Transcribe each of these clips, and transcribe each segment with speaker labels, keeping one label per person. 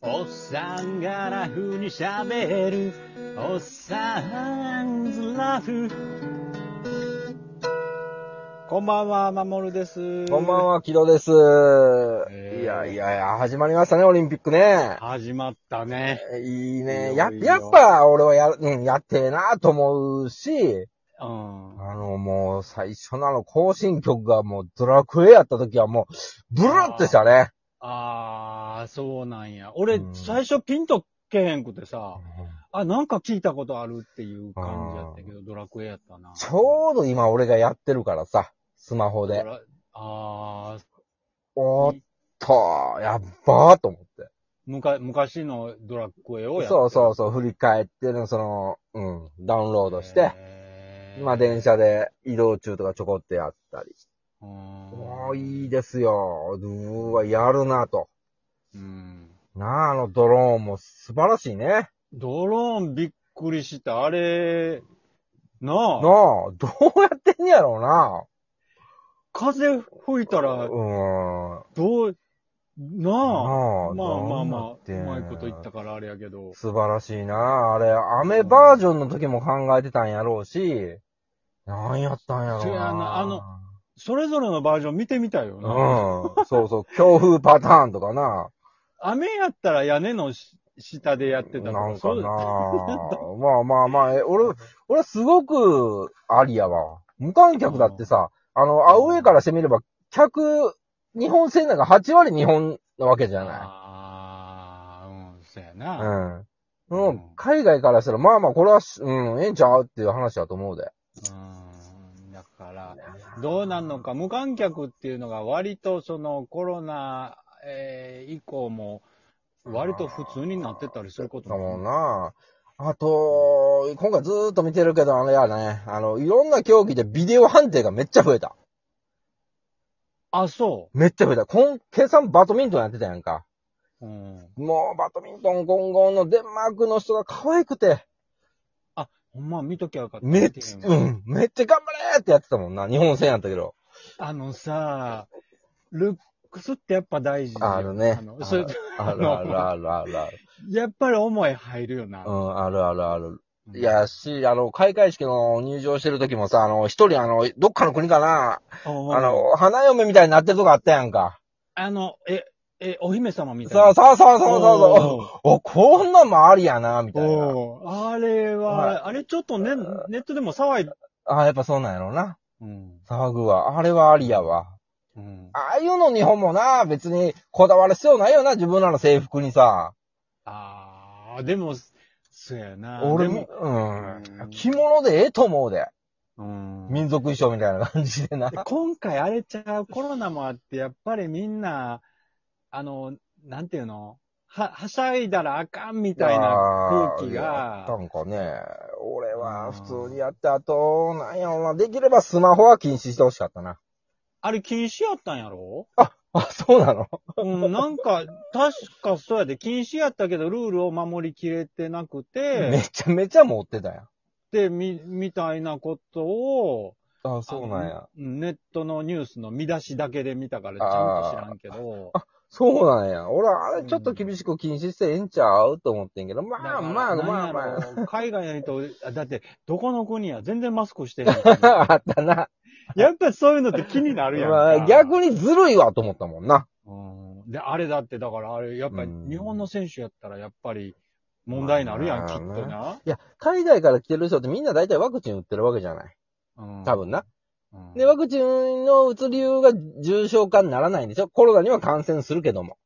Speaker 1: おっさんがラフに喋る。おっさんずラフ。こんばんは、まもるです。
Speaker 2: こんば
Speaker 1: は。
Speaker 2: んは、木戸です。
Speaker 1: ー
Speaker 2: いやいやいや、始まりましたね、オリンピックね。
Speaker 1: 始まったね。
Speaker 2: いい
Speaker 1: いい
Speaker 2: ね。
Speaker 1: よ
Speaker 2: や、
Speaker 1: いいよ
Speaker 2: やっぱ、俺はや、うん、やってえなと思うし、
Speaker 1: うん。
Speaker 2: あの、もう、最初のあの、更新曲がもう、ドラクエやった時はもう、ブルーってしたね。
Speaker 1: あー、そうなんや。俺、
Speaker 2: うん
Speaker 1: 最初ピンとけへんくてさ、あ、なんか聞いたことあるっていう感じやったけど、ドラクエやったな。
Speaker 2: ちょうど今、俺がやってるからさ、スマホ
Speaker 1: ド
Speaker 2: で。
Speaker 1: ラあー、
Speaker 2: おーっと、やっばーと思って。
Speaker 1: むか、昔のドラクエをやってる
Speaker 2: そうそうそう、振り返ってる、その、うん、ダウンロードして、
Speaker 1: へー
Speaker 2: 今、電車で移動中とかちょこってやったり。
Speaker 1: う
Speaker 2: も
Speaker 1: ん
Speaker 2: ういいですよ。うわ、やるなと。
Speaker 1: うん。
Speaker 2: なあ、あのドローンも素晴らしいね。
Speaker 1: ドローンびっくりした。あれ、な
Speaker 2: な
Speaker 1: あ、
Speaker 2: あ、どうやってんやろうな。
Speaker 1: 風吹いた
Speaker 2: う
Speaker 1: ら、
Speaker 2: ーん。
Speaker 1: どう、な
Speaker 2: な
Speaker 1: あ、
Speaker 2: あ
Speaker 1: まあまあまあ、
Speaker 2: どう
Speaker 1: う
Speaker 2: な
Speaker 1: ま
Speaker 2: ってん
Speaker 1: いこと言ったからあれやけど。
Speaker 2: 素晴らしいな。あれ、雨バージョンの時も考えてたんやろうし、なんやったんやろ
Speaker 1: そうやな
Speaker 2: な。
Speaker 1: あのそれぞれのバージョン見てみたいよな。
Speaker 2: うん。そうそう、強風パターンとかな。
Speaker 1: 雨やったら屋根のし下でやってたと
Speaker 2: なんか
Speaker 1: そう
Speaker 2: な。まあまあまあ、え、俺、俺すごくありやわ。無観客だってさ、あの、アウェーからしてみれば、客、日本戦なんか8割日本なわけじゃな
Speaker 1: ああ、うん、そうや
Speaker 2: い。
Speaker 1: な。
Speaker 2: う
Speaker 1: う
Speaker 2: ん。
Speaker 1: ん
Speaker 2: もう海外からしたら、まあまあ、これはし、うん、ええんちゃうっていう話だと思うで。
Speaker 1: うん。だから、どうなんのか、無観客っていうのが割とそのコロナ、えー以降も、割と普通になってたりすること
Speaker 2: だもん
Speaker 1: な。
Speaker 2: な。あと、今回ずーっと見てるけど、あれやね、あの、いろんな競技でビデオ判定がめっちゃ増えた。
Speaker 1: あ、そ
Speaker 2: めっちゃ増えた。今、計算バドミントンやってたやんか。
Speaker 1: う。うん。
Speaker 2: もうバドミントンゴンゴンのデンマークの人が可愛くて、
Speaker 1: ほんま見ときゃよかった。
Speaker 2: めっちゃ
Speaker 1: 見、てへん
Speaker 2: う
Speaker 1: わ
Speaker 2: ん、めっちゃ頑張れってやってたもんな。日本戦やったけど。
Speaker 1: あのさ、ルックスってやっぱ大事よ
Speaker 2: あるね
Speaker 1: あ。のそれ
Speaker 2: あるあるあるあるある。
Speaker 1: やっぱり思い入るよな
Speaker 2: う。ん、あるあるある。
Speaker 1: うん
Speaker 2: い、や、し、あの、開会式の入場してる時もさ、あの、一人あの、どっかの国かな、
Speaker 1: あ
Speaker 2: あ、の、花嫁みたいになってるとこあったやんか。
Speaker 1: あの、え、え、お姫様みたい
Speaker 2: そ
Speaker 1: な。
Speaker 2: うそうそうそうそう。
Speaker 1: う
Speaker 2: お、こんなんもありやな、みたいな。
Speaker 1: おーあれ
Speaker 2: はい
Speaker 1: は、あれちょっとね、ネットでも騒い、
Speaker 2: あ、やっぱそうなんやろな。
Speaker 1: うん。
Speaker 2: 騒ぐわ。あれはありやわ。
Speaker 1: うん。
Speaker 2: ああいうの日本もな、別にこだわる必要ないよな、自分らの制服にさ。
Speaker 1: ああ、でも、そうやな。
Speaker 2: 俺
Speaker 1: で
Speaker 2: も、、
Speaker 1: う
Speaker 2: うんん。着物でええと思うで。
Speaker 1: うん。
Speaker 2: 民族衣装みたいな感じでな。
Speaker 1: で今回あれちゃう、コロナもあって、やっぱりみんな、あの、なんていうのは、はしゃいだらあかんみたいな空気
Speaker 2: やった
Speaker 1: が、
Speaker 2: んかね。俺は普通にやって、あと、なんやろな、できればスマホは禁止してほしかったな。
Speaker 1: あれ禁止やったんやろ
Speaker 2: あ、そうな の
Speaker 1: うん、なんか、確かそうやで、禁止やったけど、ルールを守りきれてなく
Speaker 2: め
Speaker 1: て、
Speaker 2: ちゃめちゃ持ってたやん。
Speaker 1: で、み、みたいなことを、
Speaker 2: あ、そうなんや。
Speaker 1: あの。ネットのニュースの見出しだけで見たから、ちゃんと知らんけど。
Speaker 2: そうなんや。俺はあれちょっと厳しく禁止してええんちゃうと思ってんけど、ま
Speaker 1: だから
Speaker 2: あ まあま
Speaker 1: な
Speaker 2: あま
Speaker 1: ん
Speaker 2: あ。
Speaker 1: やろ海外の人、あだって、どこの国や、全然マスクしてる
Speaker 2: あったな。
Speaker 1: やっぱりそういうのって気になるやんか。
Speaker 2: まあ、逆にずるいわと思ったもんな。
Speaker 1: うん。で、あれだって、だからあれ、やっぱり
Speaker 2: うん
Speaker 1: 日本の選手やったら、やっぱり問題になるやん、
Speaker 2: まあ
Speaker 1: きっとな。
Speaker 2: いや、海外から来てる人ってみんな大体ワクチン打ってるわけじゃない。
Speaker 1: うん
Speaker 2: 多分な。。
Speaker 1: うん
Speaker 2: で、ワクチンの打つ理由が重症化にならないんでしょコロナには感染するけども。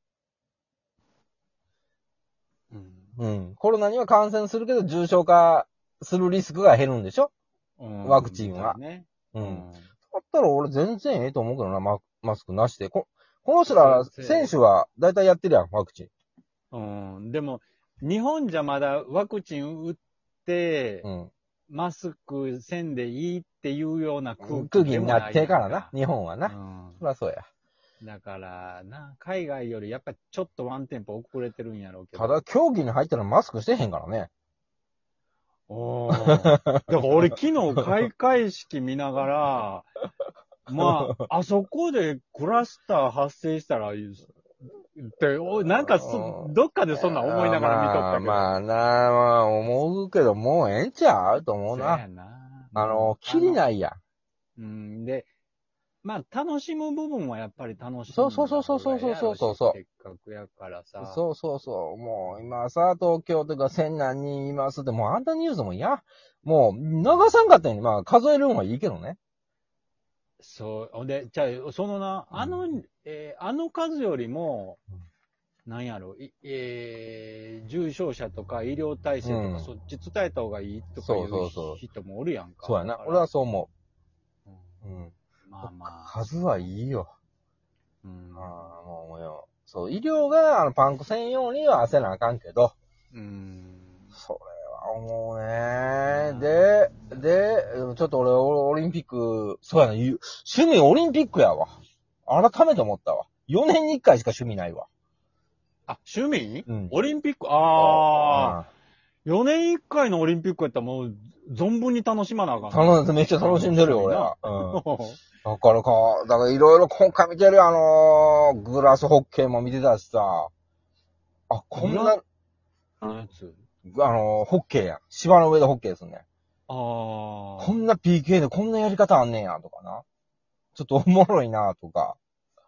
Speaker 1: うん
Speaker 2: うん。コロナには感染するけど、重症化するリスクが減るんでしょ
Speaker 1: うん
Speaker 2: ワクチンは
Speaker 1: ね。
Speaker 2: う。。
Speaker 1: うん
Speaker 2: だったら俺全然ええと思うけどな、ママスクなしで。ここの人ら、
Speaker 1: そう
Speaker 2: 選手は大体やってるやん、ワクチン。
Speaker 1: うん。でも、日本じゃまだワクチン打って、
Speaker 2: うん。
Speaker 1: マスクせんでいいっていうような空
Speaker 2: 空
Speaker 1: 気
Speaker 2: 気
Speaker 1: で
Speaker 2: に
Speaker 1: もい
Speaker 2: なってからな、日本は
Speaker 1: や
Speaker 2: な。
Speaker 1: んか。うん
Speaker 2: そりゃそうや。
Speaker 1: だから、な、海外よりやっぱちょっとワンテンポ遅れてるんやろうけど。
Speaker 2: ただ、競技に入ったらマスクしてへんからね。
Speaker 1: おーだから俺昨日開会式見なが ら、まあ、あそこでクラスター発生したら、って、おなんかそ、どっかでそんなん思いながら見とったけど。
Speaker 2: まあまあな、まあ思うけど、もうええんちゃうと思
Speaker 1: そ
Speaker 2: う
Speaker 1: う
Speaker 2: な。
Speaker 1: やな
Speaker 2: あの、きり
Speaker 1: い。
Speaker 2: ないやん。
Speaker 1: うん、で、まあ、楽しむ部分はやっぱり楽しむ。
Speaker 2: そうそうそうそうそうそうそうそう
Speaker 1: せっかくやからさ。
Speaker 2: そうそうそう。もう今さ、東京とか千何人いますって、もうあんたニュースもいや。もう、流さんかったように、まあ数えるんはいいけどね。
Speaker 1: そう。ほんで、じゃあ、そのな、あの、えーあの数よりも、なんやろ、いえー重症者とか医療体制とか、
Speaker 2: うん
Speaker 1: そっち伝えた方がいいとかい
Speaker 2: そうそうそう
Speaker 1: う人もおるやんか。
Speaker 2: そうやな
Speaker 1: だ。から
Speaker 2: 俺はそう思
Speaker 1: うん
Speaker 2: う。うん。
Speaker 1: まあまあ。
Speaker 2: 数はいいよ。
Speaker 1: うん
Speaker 2: ああ、もうよ。そう、医療があのパンクせんようには焦らなあかんけど。
Speaker 1: うん。
Speaker 2: それは思うね。で、で、ちょっと俺、オリンピック、そうやな、ゆ趣味オリンピックやわ。改めて思ったわ。4年に1回しか趣味ないわ。
Speaker 1: あ、趣味、
Speaker 2: うん
Speaker 1: オリンピック、ああ、4年1回のオリンピックやったらもう、存分に楽しまなあかん。
Speaker 2: 楽しめっちゃ楽しんでるよ、俺は。 うん。
Speaker 1: う
Speaker 2: だからか、だからいろいろ今回見てるよあのーグラスホッケーも見てたしさ。あ、こん
Speaker 1: グ
Speaker 2: な
Speaker 1: ラ、ん。やつ。
Speaker 2: あのーホッケーやん。芝の上でホッケーすんね
Speaker 1: あ
Speaker 2: ん。
Speaker 1: あ。
Speaker 2: こんな PK でこんなやり方あんねんや、とかな。ちょっとおもろいな、とか。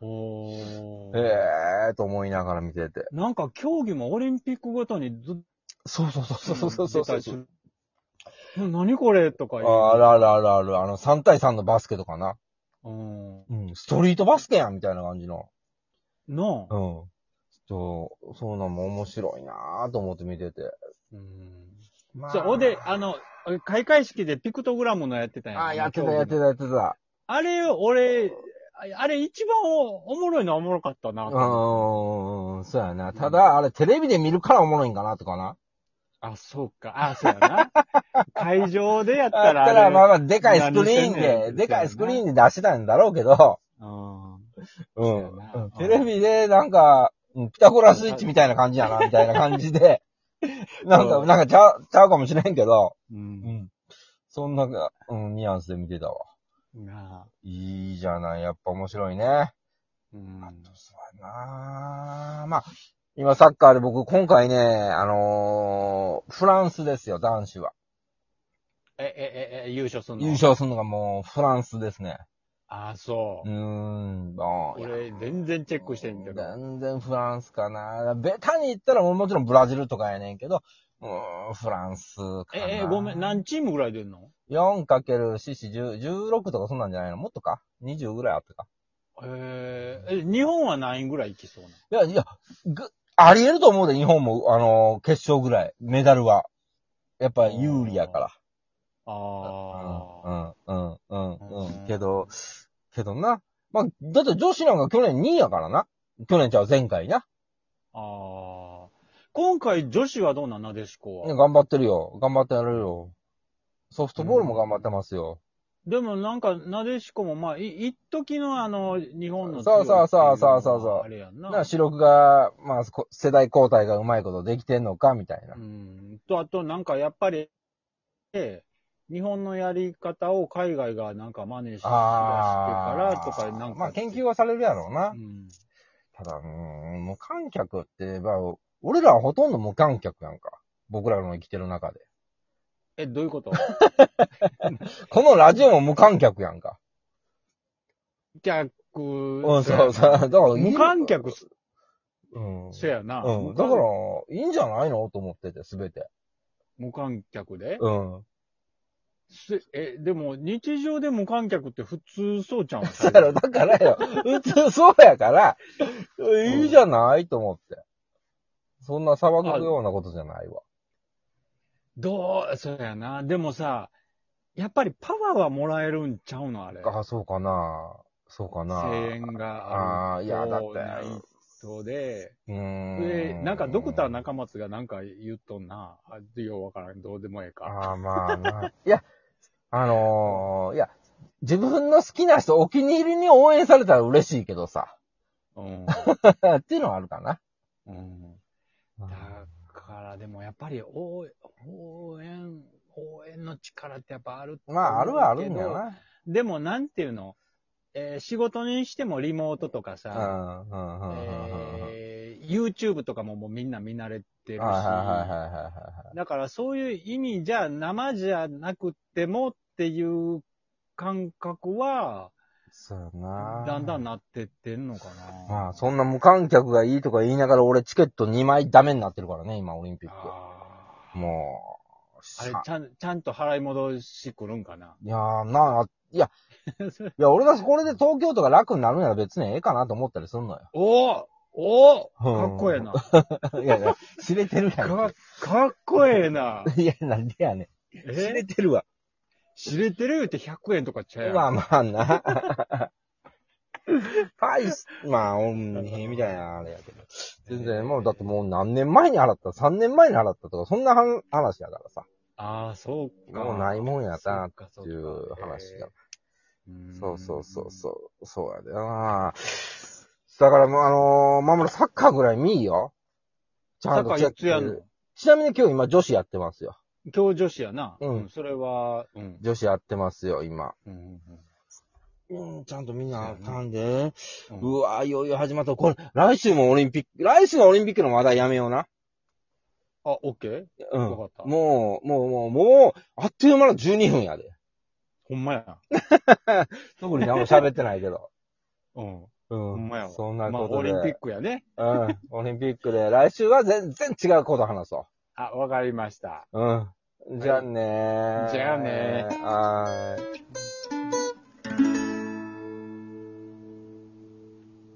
Speaker 1: おー
Speaker 2: ええー、と思いながら見てて。
Speaker 1: なんか競技もオリンピックごとにずっ
Speaker 2: そうそうそうそうそうそう
Speaker 1: 出たりする。な何これとか言う。
Speaker 2: あらららら、あの、3対3のバスケとかな。
Speaker 1: うん。
Speaker 2: うん、ストリートバスケやん、みたいな感じの。
Speaker 1: な
Speaker 2: う
Speaker 1: あ。
Speaker 2: ん。そう、そうなんも面白いなぁと思って見てて。
Speaker 1: うん。
Speaker 2: ま
Speaker 1: そう、ほんで、あの、開会式でピクトグラムのやってたんやん。
Speaker 2: あ、やってた、
Speaker 1: 競技の
Speaker 2: やってた、やってた。
Speaker 1: あれ、俺、あれ一番おおもろいのはおもろかった
Speaker 2: う
Speaker 1: な。
Speaker 2: んうん、うんそうやな。ただ、あれ、テレビで見るからおもろいんかな、とかな。
Speaker 1: あ、そうか。あ、そうや な。会場でやっ
Speaker 2: だった
Speaker 1: らあれ。
Speaker 2: たら、まあまあ、でかいスクリーン
Speaker 1: 何してんねんって
Speaker 2: で、でかいスクリーンで出してたんだろうけど、
Speaker 1: うん。
Speaker 2: う
Speaker 1: そうや
Speaker 2: ん
Speaker 1: な
Speaker 2: うん。テレビで、なんか、うんピタゴラスイッチみたいな感じやな、みたいな感 じで、なん
Speaker 1: う
Speaker 2: か、
Speaker 1: ん
Speaker 2: なんかちゃう、ちゃうかもしれんけど、
Speaker 1: う。
Speaker 2: うんん。そんなか、うん、ニュアンスで見てたわ。
Speaker 1: なあ。
Speaker 2: いいじゃない、やっぱ面白いね。
Speaker 1: うん。
Speaker 2: そうやなまあ、今サッカーで僕、今回ね、あのーフランスですよ、男子は。
Speaker 1: え、え、え、え、優勝すんの
Speaker 2: 優。勝するのがもう、フランスですね。
Speaker 1: あ、そう
Speaker 2: うー。ん、あーい
Speaker 1: 俺、
Speaker 2: や
Speaker 1: 全然チェックしてんけど。
Speaker 2: 全然フランスかな。ベタに言ったらもうもちろんブラジルとかやねんけど、うーん、フランスかな。
Speaker 1: え、え、ごめん、何チームぐらい出んの
Speaker 2: 4×4、16とかそんなんじゃないのもっとか ?20 ぐらいあったか。
Speaker 1: えーえ、日本は何位ぐらいいきそうない
Speaker 2: や、いや、ぐ、ありえると思うで、日本も、あのー決勝ぐらい、メダルは。やっぱ有利やから。
Speaker 1: ああ。
Speaker 2: うん、うん、うん、うん、
Speaker 1: うん
Speaker 2: けど、けどな。まあ、だって女子なんか去年2位やからな。去年ちゃう、前回な。
Speaker 1: ああ。今回女子はどうなんなでしこ
Speaker 2: ね
Speaker 1: は。
Speaker 2: 頑張ってるよ。頑張ってやるよ。ソフトボールも頑張ってますよ。
Speaker 1: でもなんか、なでしこもまあ、い、一時のあの、日本の
Speaker 2: そうそうそうそうそう
Speaker 1: 強いっていの
Speaker 2: そう
Speaker 1: はあれやん
Speaker 2: な、
Speaker 1: な。
Speaker 2: 主力が、まあ、こ世代交代がうまいことできてんのか、みたいな
Speaker 1: う。ん。と、あとなんかやっぱり、えー日本のやり方を海外がなんか真似ししだしてからとか、
Speaker 2: ー
Speaker 1: なんか。
Speaker 2: まあ、研究はされるやろうな
Speaker 1: う。ん。
Speaker 2: ただ、うーん、無観客って言えば、俺らはほとんど無観客やんか。僕らの生きてる中で。
Speaker 1: え、どういうこと
Speaker 2: このラジオも無観客やんか。
Speaker 1: 客、
Speaker 2: うん、そうそう。だから、
Speaker 1: 無観客、
Speaker 2: うん。
Speaker 1: せやな。
Speaker 2: うん。だから、いいんじゃないのと思ってて、すべて。
Speaker 1: 無観客で、
Speaker 2: うん。
Speaker 1: すえ、でも、日常で無観客って普通そうちゃうん
Speaker 2: そうやろ、だからよ。普通そうやから、いいじゃないと思って。そんな騒ぐようなことじゃないわ。
Speaker 1: どう、そうやな。でもさ、やっぱりパワーはもらえるんちゃうのあれ。
Speaker 2: あ、そうかな。そうかな。
Speaker 1: 声援があ
Speaker 2: あー
Speaker 1: る
Speaker 2: い
Speaker 1: と。
Speaker 2: やだって
Speaker 1: ないとで、
Speaker 2: うー
Speaker 1: で、
Speaker 2: ん。
Speaker 1: なんかドクター中松がなんか言っとんな。あようわからん。どうでもええか。
Speaker 2: ああ、まあな。いや、あのー、いや、自分の好きな人、お気に入りに応援されたら嬉しいけどさ。
Speaker 1: うん。
Speaker 2: っていうのはあるかな。
Speaker 1: うんだから、でもやっぱり応援、応援、応援の力ってやっぱあると思うけど
Speaker 2: まあ、あるはあるんだよな。
Speaker 1: でもなんていうのえー仕事にしてもリモートとか
Speaker 2: うん、
Speaker 1: さ、
Speaker 2: うん、うん、うんうん。はい
Speaker 1: えー YouTube とかももうみんな見慣れてるし、
Speaker 2: はいはいはいはいはい。
Speaker 1: だからそういう意味じゃ生じゃなくてもっていう感覚は、
Speaker 2: そうやな
Speaker 1: だんだんなってってんのかな。
Speaker 2: まあ、そんな無観客がいいとか言いながら、俺チケット2枚ダメになってるからね、今、オリンピック。
Speaker 1: あ
Speaker 2: も
Speaker 1: ーあ
Speaker 2: う、
Speaker 1: れ
Speaker 2: さ
Speaker 1: ちゃん、ちゃんと払い戻してくるんか な。
Speaker 2: いやーなあ、いや、いや、俺がこれで東京都が楽になるなら別にええかなと思ったりすんのよ。
Speaker 1: おーおー
Speaker 2: うん
Speaker 1: かっこええな。
Speaker 2: いやいや、知れてるや
Speaker 1: か
Speaker 2: ん。
Speaker 1: かっこええ な。
Speaker 2: いや、なんでやねん。知れ
Speaker 1: え
Speaker 2: てるわ。
Speaker 1: 知れてる言うて100円とかちゃうやん。
Speaker 2: まあまあ な。大し、まあ、おん、みたいな、あれやけど。全然、もう、だってもう何年前に払った、3年前に払ったとか、そんなはん話やからさ。
Speaker 1: ああ、そうか。
Speaker 2: もうないもんやな、っ
Speaker 1: そかそ
Speaker 2: ていう
Speaker 1: うか
Speaker 2: 話だ。。
Speaker 1: えー
Speaker 2: そうそうそうそう、そうやでな。だから、もうあのー、まあまあサッカーぐらい見いよ。ち
Speaker 1: うん。サッカーいつやんの
Speaker 2: ちなみに今日今女子やってますよ。
Speaker 1: 今日女子やな。
Speaker 2: うん
Speaker 1: うん。それは、うん。
Speaker 2: 女子やってますよ、今。
Speaker 1: うんうん
Speaker 2: うん、ちゃんとみん
Speaker 1: なあか
Speaker 2: んで。
Speaker 1: うん
Speaker 2: うわいよいよ始まった。これ、来週もオリンピック、来週はオリンピックの話題やめような。
Speaker 1: あ、オッケー
Speaker 2: うん。
Speaker 1: わかった
Speaker 2: もう、もう、もう、もう、あっという間の12分やで。
Speaker 1: ほんまや。
Speaker 2: 特に何も喋ってないけ ど。
Speaker 1: うん。
Speaker 2: うん。
Speaker 1: ほんまやわ
Speaker 2: そん
Speaker 1: ま
Speaker 2: な
Speaker 1: あ、
Speaker 2: こと
Speaker 1: オ
Speaker 2: で。
Speaker 1: リンピックやね。
Speaker 2: うん。オリンピックで、来週は全然違うこと話そ
Speaker 1: あ、わかりました。
Speaker 2: う。うん。じゃあねー。
Speaker 1: じゃあね
Speaker 2: ー。はーい。
Speaker 1: じ